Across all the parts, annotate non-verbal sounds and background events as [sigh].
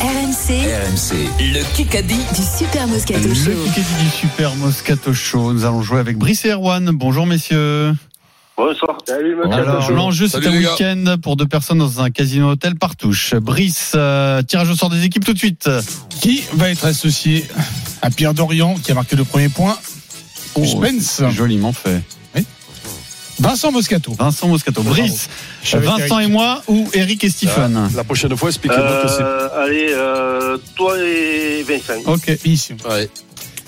RMC RMC, Le Kikadi du Super Moscato Show. Le Kikadi du Super Moscato Show. Nous allons jouer avec Brice et Erwan. Bonjour messieurs. Bonsoir. Salut, mec. Alors l'enjeu c'est Salut, un les gars. week-end pour deux personnes dans un casino hôtel par touche. Brice, euh, tirage au sort des équipes tout de suite. Qui va être associé à Pierre Dorian, qui a marqué le premier point Oh, Suspense. c'est Joliment fait. Vincent Moscato. Vincent Moscato. Brice, Je suis avec Vincent Eric. Ah, et moi ou Eric et Stephen La prochaine fois, expliquez-moi que c'est. Oh. Euh, allez, euh, toi et Vincent. Ok. Mission. Ouais.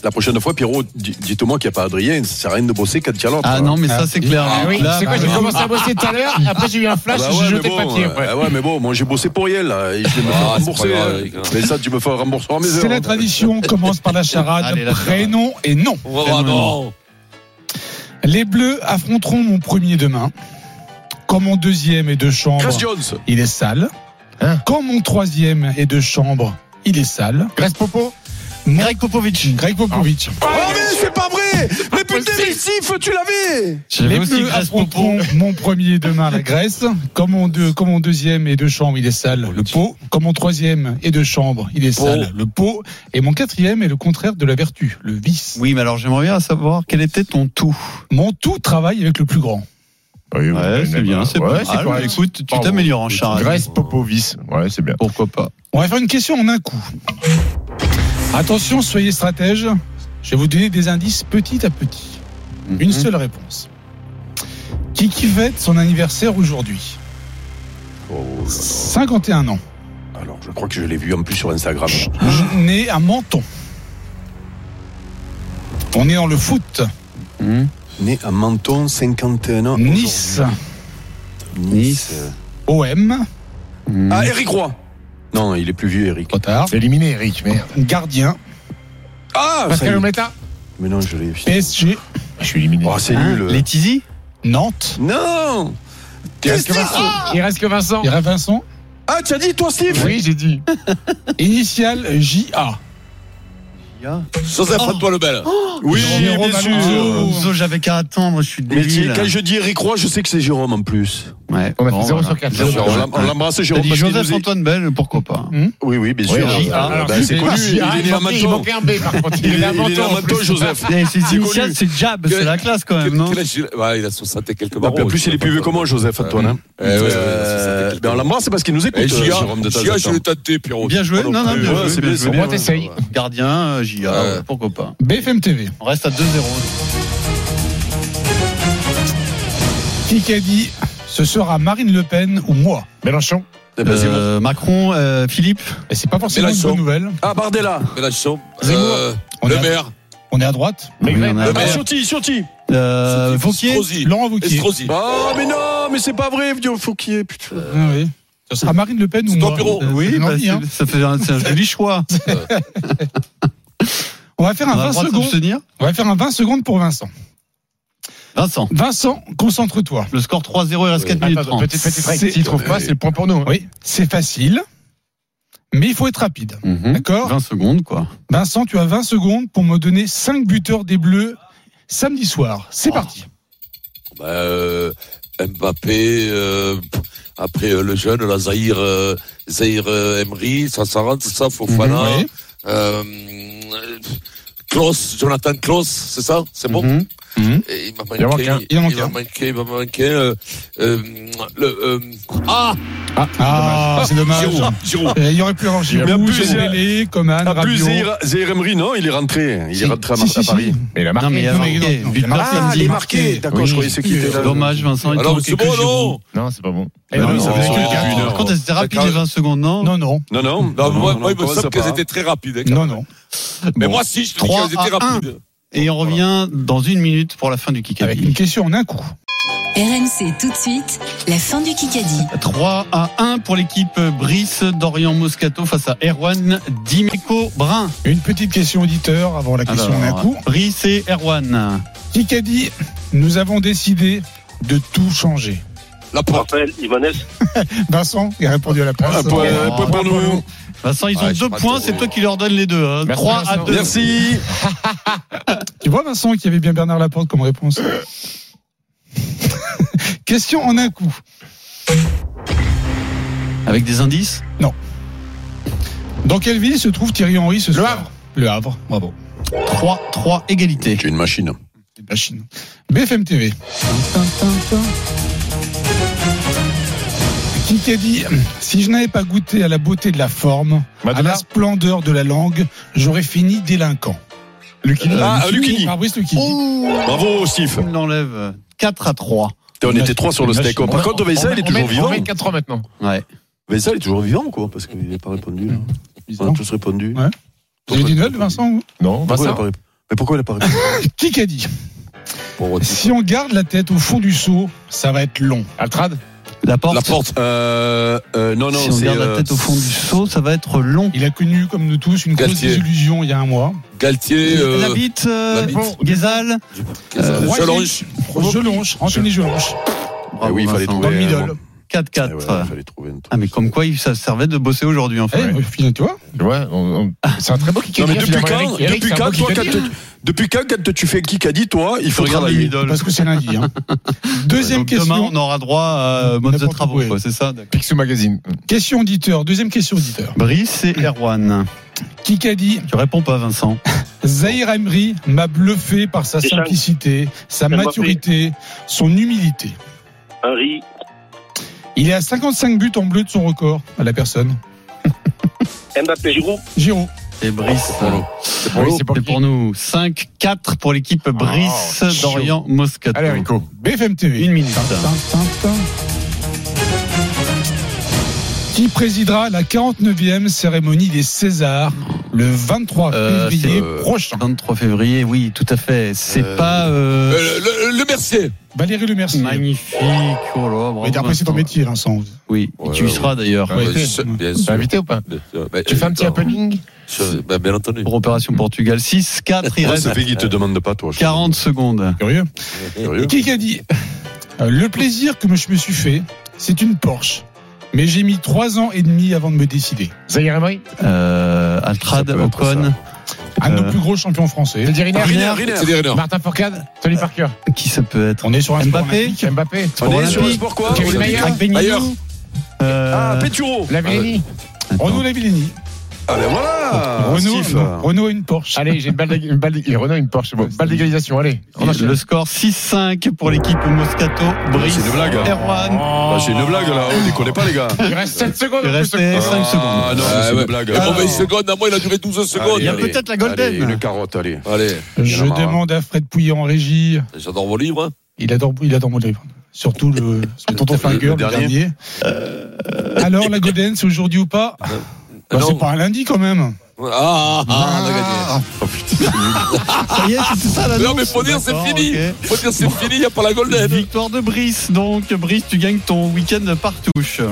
La prochaine fois, Pierrot, di- dites-moi qu'il n'y a pas Adrien, ça sert à rien de bosser quand il y a l'autre. Ah non mais ça c'est clair. Ah oui, Là, bah, c'est quoi, j'ai vraiment- commencé à bosser tout à l'heure, après j'ai eu un Ah flash, bah j'ai ouais, jeté le mais bon, papier. ouais. après. Ah ouais, mais bon, moi j'ai bossé pour Yel, là, et je vais me faire rembourser. hein. Mais ça, tu me fais rembourser en maison. hein. C'est la tradition, on commence [laughs] par la charade, Allez, la charade. prénom et nom. non. Les Bleus affronteront mon premier demain. Quand mon deuxième est de chambre, Chris Jones, il est sale. Quand mon troisième est de chambre, il est sale. Greg Popo Greg Popovic. Greg Popovic. Oh mais c'est pas vrai Mais putain, mais Sif, tu l'avais J'avais Les aussi Bleus Grèce Popo. affronteront mon premier demain la Grèce. Comme mon, deux, comme mon deuxième est de chambre, il est sale, le pot. Comme mon troisième est de chambre, il est sale, le pot. Et mon quatrième est le contraire de la vertu, le vice. Oui mais alors j'aimerais bien savoir quel était ton tout. Mon tout travaille avec le plus grand. Ouais c'est bien c'est pas mal. Écoute tu t'améliores hein, en charge. Popovis. Ouais, c'est bien. Pourquoi pas. On va faire une question en un coup. Attention, soyez stratège. Je vais vous donner des indices petit à petit. Une seule réponse. Qui qui fête son anniversaire aujourd'hui Oh là là. 51 ans. Alors, je crois que je l'ai vu en plus sur Instagram. né à Menton. On est dans le foot. Mhm. Né à Menton, 51 ans. Nice, aujourd'hui. Nice. euh. OM, Mhm. Ah, Eric Roy Non, il est plus vieux, Eric. trop tard. Éliminé, Eric, merde. Gardien, Ah ça y Pascal est. Ometa, Mais non, je l'ai. PSG, Je suis éliminé. Oh, c'est Hein, Ah, nul. les Tizi Nantes. Non Il reste que Qu'est-ce que Vincent. c'est Il reste que Vincent. Il reste Vincent. Ah, tu as dit, toi, Steve Oui, j'ai dit. Initial JA. Oh. Joseph Antoine Lebel. Oh. Oui, Jérôme bien Alonso. sûr. Zo, j'avais qu'à attendre, je suis Mais tu- débile. quand je dis Eric Roy, je sais que c'est Jérôme en plus. Ouais, On a fait bon, zéro voilà. sur quatre. Bien sûr, on l'em- on l'embrasse T'as Jérôme. dit parce qu'il Joseph nous est- Antoine Bell, pourquoi pas Oui, oui, bien Ouais, sûr. J.A. Ah, Alors, bah, c'est connu. Il est né à Il Menton. manquait un B par contre. Il Il est né à est il est né Menton, à en Menton, plus. Joseph. Eh, C'est C'est initiales, connu. c'est Jab, c'est la classe quand même, non Quel âge il a Ouais, il a 60 et quelques Bah, barreaux. en plus, il est plus vieux que moi, Joseph Antoine. hein. Eh ouais, ouais, ouais, Euh, c'est ça, ben, on l'embrasse parce qu'il nous écoute, Et euh, Gia, Jérôme de temps Gia, en je temps. l'ai tâté, Pierrot. Bien joué, Pas non, non non, plus. bien Ouais, joué, c'est bien bien, joué. c'est Moi, t'essayes. Gardien, euh, JA, Ouais. pourquoi pas. BFM TV. On reste à 2-0. Qui qui a dit ce sera Marine Le Pen ou moi Mélenchon. Eh ben, c'est bon. Euh, Macron, euh, Philippe, Et c'est pas forcément une Mélenchon. bonne nouvelle. Ah, Bardella. Mélenchon. Zemmour. Euh, On Le a- maire. On est à droite. Oui, on a- Maigret. Ah, merde. Ciotti, Ciotti. euh, Vauquier, Estrosi. Laurent Wauquiez. Estrosi. Ah, mais non, mais c'est pas vrai, vieux Fouquier, putain. Ah oui. Ce sera Marine Le Pen ou C'est toi, moi Pierrot. Euh, oui, c'est bah, gentil, hein. c'est- ça fait un, c'est un joli choix. On va faire On un a le 20 droit de secondes. s'abstenir. On va faire un 20 secondes pour Vincent. Vincent, Vincent, concentre-toi. le score 3-0, il reste 4 minutes Attends, 30. petite, petite règle. C'est- S'il trouve pas, c'est le point pour nous. hein. Oui, c'est facile, mais il faut être rapide. Mhm. D'accord 20 secondes, quoi. Vincent, tu as 20 secondes pour me donner 5 buteurs des Bleus samedi soir. C'est Oh. parti. Bah, euh, Mbappé. euh, Après euh, le jeune, la Zahir, euh, Zahir euh, Emery, ça s'arrête, ça, Fofana, Oui. euh, euh, Klaus, Jonathan Klaus, c'est ça C'est bon Mhm. Et il m'a Il en manque manqué. un, il en manque m'a un. manqué. Il m'a manqué. euh, euh, le, euh, ah Ah, c'est dommage. Giroud. Giroud. Euh, Il y aurait pu avoir Mais en Giroud, plus, il y a- Giroud, Coman, Ah, plus Rabiot. Zahir- Zahir Emery, non, il est rentré. Il Si, est rentré à, si, Mar- si, à si. Paris. Mais il a Non, marqué. mais il a Non, mais il marqué. est marqué. Victor Ah, Ah, samedi. il est marqué. D'accord, Oui. je croyais c'est qui était là. Dommage, Vincent, il Alors, te c'est manquait que bon, Giroud. non Non, c'est pas bon. Eh non, non, ça non, faisait que non, quatre. non. Par contre, c'était rapide les 20 secondes, non Non, non, Non, non. Non, moi, moi, il me commence semble pas. qu'elles étaient très rapides. hein, quand non, même. non. Mais Bon. moi, si, je trouve 3 qu'elles étaient à 1. rapides. Et on revient dans une minute pour la fin du kick Avec une question en un coup. RMC tout de suite, la fin du Kikadi. 3 à 1 pour l'équipe Brice Dorian Moscato face à Erwan Dimeco Brun. Une petite question auditeur avant Ah la bah question d'un coup. Brice et Erwan. Qui a dit Nous avons décidé de tout changer. La porte. Raphaël, Ibanez. Vincent, il a répondu à la place. Un point, euh, un point pour nous. Vincent, ils ont Ah, Ouais, je deux suis pas points, trop- c'est toi qui leur donnes les deux. hein. Merci, 3 à Vincent. 2. Merci. Tu vois, Vincent, qu'il y avait bien Bernard Laporte comme réponse. [laughs] question en un coup. Avec des indices Dans quelle ville se trouve Thierry Henry ce soir Le Havre, bravo. 3, 3 égalité. J'ai une machine. C'est la Chine. BFM TV. Qui t'a dit Si je n'avais pas goûté à la beauté de la forme, à la splendeur de la langue, j'aurais fini délinquant. Lucini. Ah, Lucchini. Ah, Brice Lucchini. Bravo, Steve. On l'enlève 4 à 3. On était trois sur le steak. Par contre, Vesa, il est toujours vivant. On met 4 ans maintenant. Ouais. Vesa, il est toujours vivant, quoi, parce qu'il n'a pas répondu. Là. On a tous répondu. Ouais. Vous avez des nouvelles, Vincent vous Non, Pourquoi il a Vincent. pas répondu Mais pourquoi il n'a pas répondu Qui qu'a dit Pour votre- Si on garde la tête au fond du seau, ça va être long. Altrad La porte. La porte. Euh, euh, non, non, si on c'est garde la euh, tête au fond du seau, ça va être long. Il a connu, comme nous tous, une grosse Galtier. désillusion il y a un mois. Galtier, euh, la bite, euh, la bite. bon, Guézal. euh, Royer. Jalonge. Jelonche, Anthony Jelonche, Eh oui, il fallait dans le Ouais, middle. bon. Eh 4-4. ouais, Il fallait trouver un truc. Ah, mais comme quoi, il- ça servait de bosser aujourd'hui, en Eh, fait. finalement, tu vois Tu vois, on- on- c'est un très beau kick. Non, mais depuis Finalement, quand, Eric- Eric, depuis c'est un quand, beau toi, kick. quand tu- depuis quand, quand tu fais un kick à dit, toi, il Il faut faut regarder les travailler. idoles. Parce que c'est lundi. [laughs] hein. Deuxième Donc, question. Demain, on aura droit à euh, mode de N'importe travaux, quoi. quoi, c'est ça d'accord. Picsou Magazine. Question auditeur. Deuxième question auditeur. Brice et Erwan. Qui qu'a dit Tu réponds pas, Vincent. Zahir Emery m'a bluffé par sa Deschamps. simplicité, sa Mbappé. maturité, son humilité. Henri. Il est à 55 buts en bleu de son record à la personne. Mbappé, Giroud. Giro. Et Brice. Pour nous. Ah oui, C'est pour nous. 5-4 pour l'équique Brice Oh, chaud. Dorian Moscato. Allez, Rico. BFM TV. Une minute. Tin, tin, tin. Qui présidera la 49e cérémonie des Césars le 23 Euh, février c'est, euh, prochain 23 février, oui, tout à fait. C'est Euh, pas Euh, euh, le, le- le Mercier. Valérie Le Mercier. magnifique. Oh là, bravo, Mais t'as apprécié ton Vincent. métier, Vincent. Oui, Ah, et Ouais, tu y ouais. seras d'ailleurs. Ouais. Euh, ce- bien T'es sûr. invité ou pas Bien sûr. Mais, Tu fais un petit euh, happening je- ben, Bien entendu. Pour Opération Portugal 6-4, Oh, il Ouais, reste Ça fait Euh, qu'il te demande pas, toi. je suis 40 secondes. Curieux. curieux. Qui a dit euh, Le plaisir que je me suis fait, c'est une Porsche. Mais j'ai mis trois ans et demi avant de me décider. Zahir Emery Euh, Altrad, Ça peut être Ocon, Un de Euh. nos plus gros champions français. Zahir Emery Riner, Riner. C'est des Riner. Martin Fourcade Tony Parker qui ça peut être On est sur un sport Mbappé olympique. Mbappé On est sur le Olympique. sport quoi Kevin Olympique. Mayer. Jacques Benignou. Ailleurs. Euh, Ah, Péturo. Lavrini attends. Renault Lavilleni. Ah, ben voilà. Renault, Steve. Bah, non, Renault a une Porsche. Allez, j'ai une balle d'ég- une balle d'ég- Renault, une Porsche, c'est bon. Balle d'égalisation, allez. On enchaîne. le score 6-5 pour l'équipe Moscato, Brice, C'est une blague. Erwan. Bah, C'est une blague là, on déconne pas les gars. Il reste 7 secondes. Oh. Il en plus, restait ce- 5 secondes. Ah non, mais Ah, c'est une ouais. blague. La Alors, mauvaise seconde, à moi, il a duré 12 secondes. Ah, Il y a Allez, peut-être la golden. allez, hein. une carotte, allez. Allez, Je Il y en a marre. demande à Fred Pouillet en régie. j'adore vos livres. hein. Il adore, il adore mon livre. Surtout le, son tonton Le- Flingueur, le le dernier. Alors, la Goden, c'est aujourd'hui ou pas Bah, Ah, non. C'est pas un lundi quand même. Ah, ah, ah, on a gagné. Oh putain, c'est nul. Ça y est, c'est tout ça la Non, mais faut dire, c'est fini. Faut dire, c'est fini, il n'y a pas la golden. Victoire de Brice, donc Brice, tu gagnes ton week-end par touche.